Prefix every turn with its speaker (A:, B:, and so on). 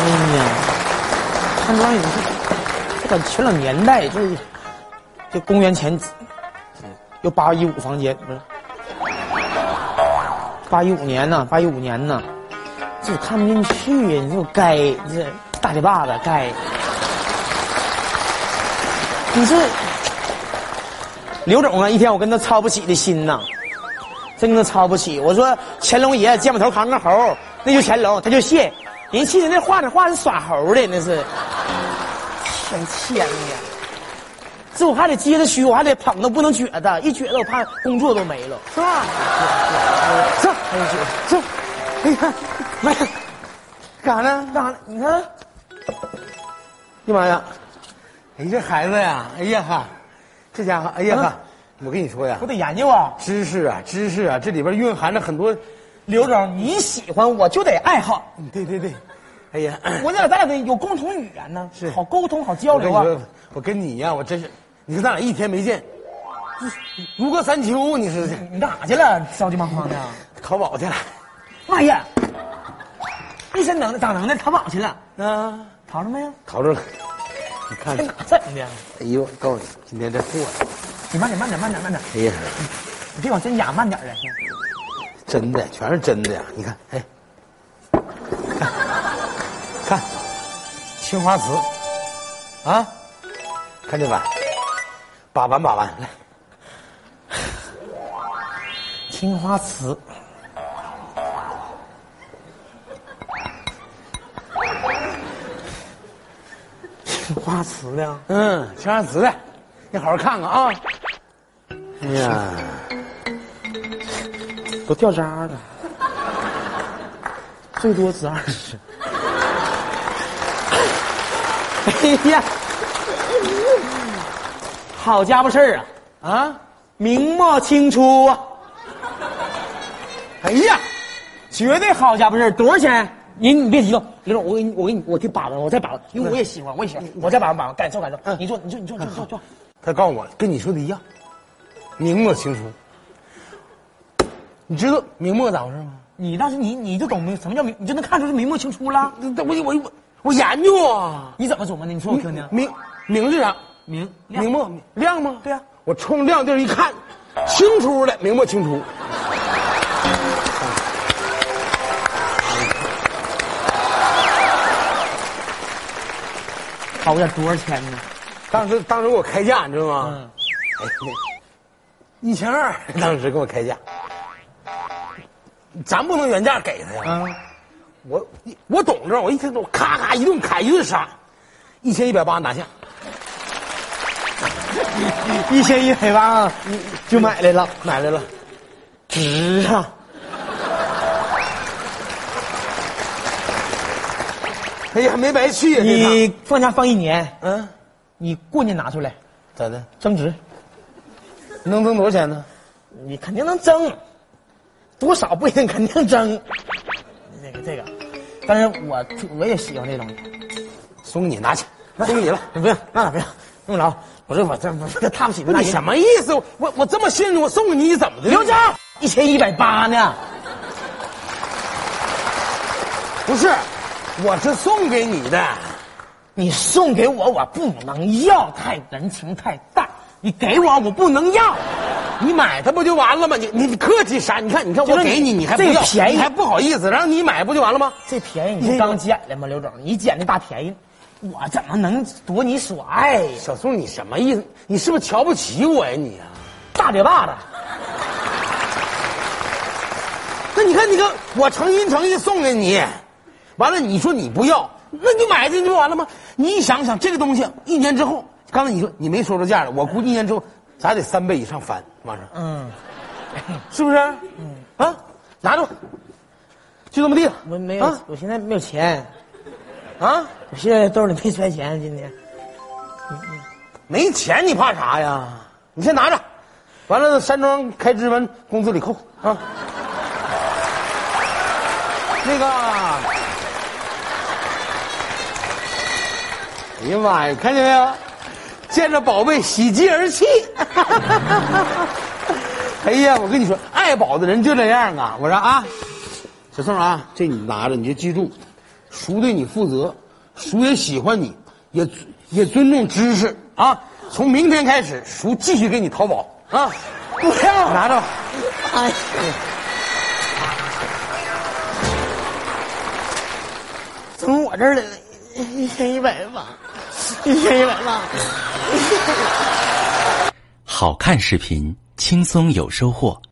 A: 哎呀，潘庄，你这这个全老年代，这这公元前，嗯又八一五房间不是？八一五年呢，八一五年呢，这我看不进去呀！你这我该这大嘴巴子该，你这刘总啊，一天我跟他操不起的心呐、真跟他操不起。我说乾隆爷肩膀头扛个啊猴，那就乾隆，他就谢。人气人那画那画是耍猴的，那是。挺欠啊的，这我还得接着虚，我还得捧他，不能撅他，一撅他我怕工作都没了，是吧？这哎呀，这，哎呀，妈呀，干啥呢？干啥呢？你看，哎呀妈呀，
B: 你这孩子呀，哎呀哈，这家伙，哎呀哈，我跟你说呀
A: 我，得研究啊。
B: 知识啊，知识啊，这里边蕴含着很多。嗯
A: 刘总，你喜欢我就得爱好，
B: 对对对，哎呀，
A: 我俩咱俩得有共同语言呢，
B: 是
A: 好沟通，好交
B: 我跟
A: 流
B: 你
A: 啊。
B: 说，我跟你呀，我真是，你说咱俩一天没见，如隔三秋，你说这
A: 你干啥去了？着急忙慌的。啊
B: 淘宝去了
A: 妈呀，一身能耐，长能耐，淘宝去了，
B: 啊？
A: 淘着没有？
B: 淘着了，你看，
A: 这哪整的？啊
B: 哎呦，我告诉你，今天这货，
A: 你慢点，慢点，慢点，慢点，
B: 哎呀，
A: 你别往真假慢点儿啊。
B: 真的，全是真的呀！你看，哎，看，看，青花瓷，啊，看见吧？把玩把玩， 来。
A: 青花瓷。青花瓷的，啊
B: 嗯，青花瓷的，你好好看看啊。哎呀，
A: 都掉渣了，最多值二十。 哎呀，好家伙事儿啊！
B: 啊，
A: 明末清初啊，
B: 哎呀，
A: 绝对好家伙事儿，多少钱？您你别激动，刘总，我给你，我给你，我给你把玩，我再把玩，因为我也喜欢，我也喜欢，我再把玩把玩，感受感受。
B: 嗯
A: 你坐，你坐，你坐，你坐，你坐。
B: 他告诉我跟你说的一样，明末清初。你知道明末咋回事吗？
A: 你当时你你就懂明什么叫明，你就能看出是明末清初了。
B: 那我我我我研究啊。
A: 你怎么琢磨的？你说我听听。
B: 明明是啥？
A: 明
B: 明末亮吗？
A: 对呀
B: 我冲亮地儿一看，清初的明末清初。
A: 好点多少钱呢？
B: 当时当时给我开价，你知道吗？
A: 嗯
B: 哎 一千二， 当时给我开价，咱不能原价给他呀。
A: 啊，
B: 我我懂着，我一听我咔咔一顿砍一顿杀，一千一百八拿下。
A: 一千一百八就买来了，
B: 买来了，
A: 值啊！
B: 哎呀，没白去呀、这趟
A: 你放假放一年，
B: 嗯，
A: 你过年拿出来
B: 咋的？
A: 增值，
B: 能挣多少钱呢？
A: 你肯定能增，多少不一定，肯定增。那个这个，但是我我也喜欢这东西。
B: 送你拿去，送你了。
A: 不用，那不用，用不着。我说我这我这看不起
B: 不
A: 那
B: 是你什么意思？我我我这么信任我送给你，你怎么的？
A: 刘江一千一百八呢。
B: 不是，我是送给你的。
A: 你送给我，我不能要，太人情太淡。你给我，我不能要。
B: 你买它不就完了吗？你你客气啥？你看你看
A: 就
B: 我
A: 是
B: 给
A: 你
B: 你，你还不要，
A: 这个便宜
B: 你还不好意思，让你买不就完了吗？
A: 这便宜你不刚捡来吗，刘总？你捡的大便宜，我怎么能夺你所爱呀？
B: 小宋，你什么意思？你是不是瞧不起我呀你啊？
A: 大嘴巴子，
B: 那你看你看，我诚心诚意送给你，完了你说你不要，那你就买这不完了吗？你想想这个东西，一年之后，刚才你说你没说出价来，我估计一年之后咱得三倍以上翻，马上
A: 嗯，
B: 是不是？啊，拿着吧，就这么地了。
A: 我没有，
B: 啊
A: 我现在没有钱，
B: 啊，
A: 我现在兜里没揣钱，今天。
B: 没钱你怕啥呀？你先拿着，完了山庄开支完工资里扣啊。那个，哎哎呀妈呀，看见没有？见着宝贝喜极而泣。 哎呀，我跟你说，爱宝的人就这样啊。我说啊，小宋啊，这你拿着，你就记住，叔对你负责，叔也喜欢你，也也尊重知识啊。从明天开始，叔继续给你淘宝啊。
A: 不要，
B: 拿着吧，
A: 哎，从我这儿来了，一千一百八，一千一百八。
C: 好看视频，轻松有收获。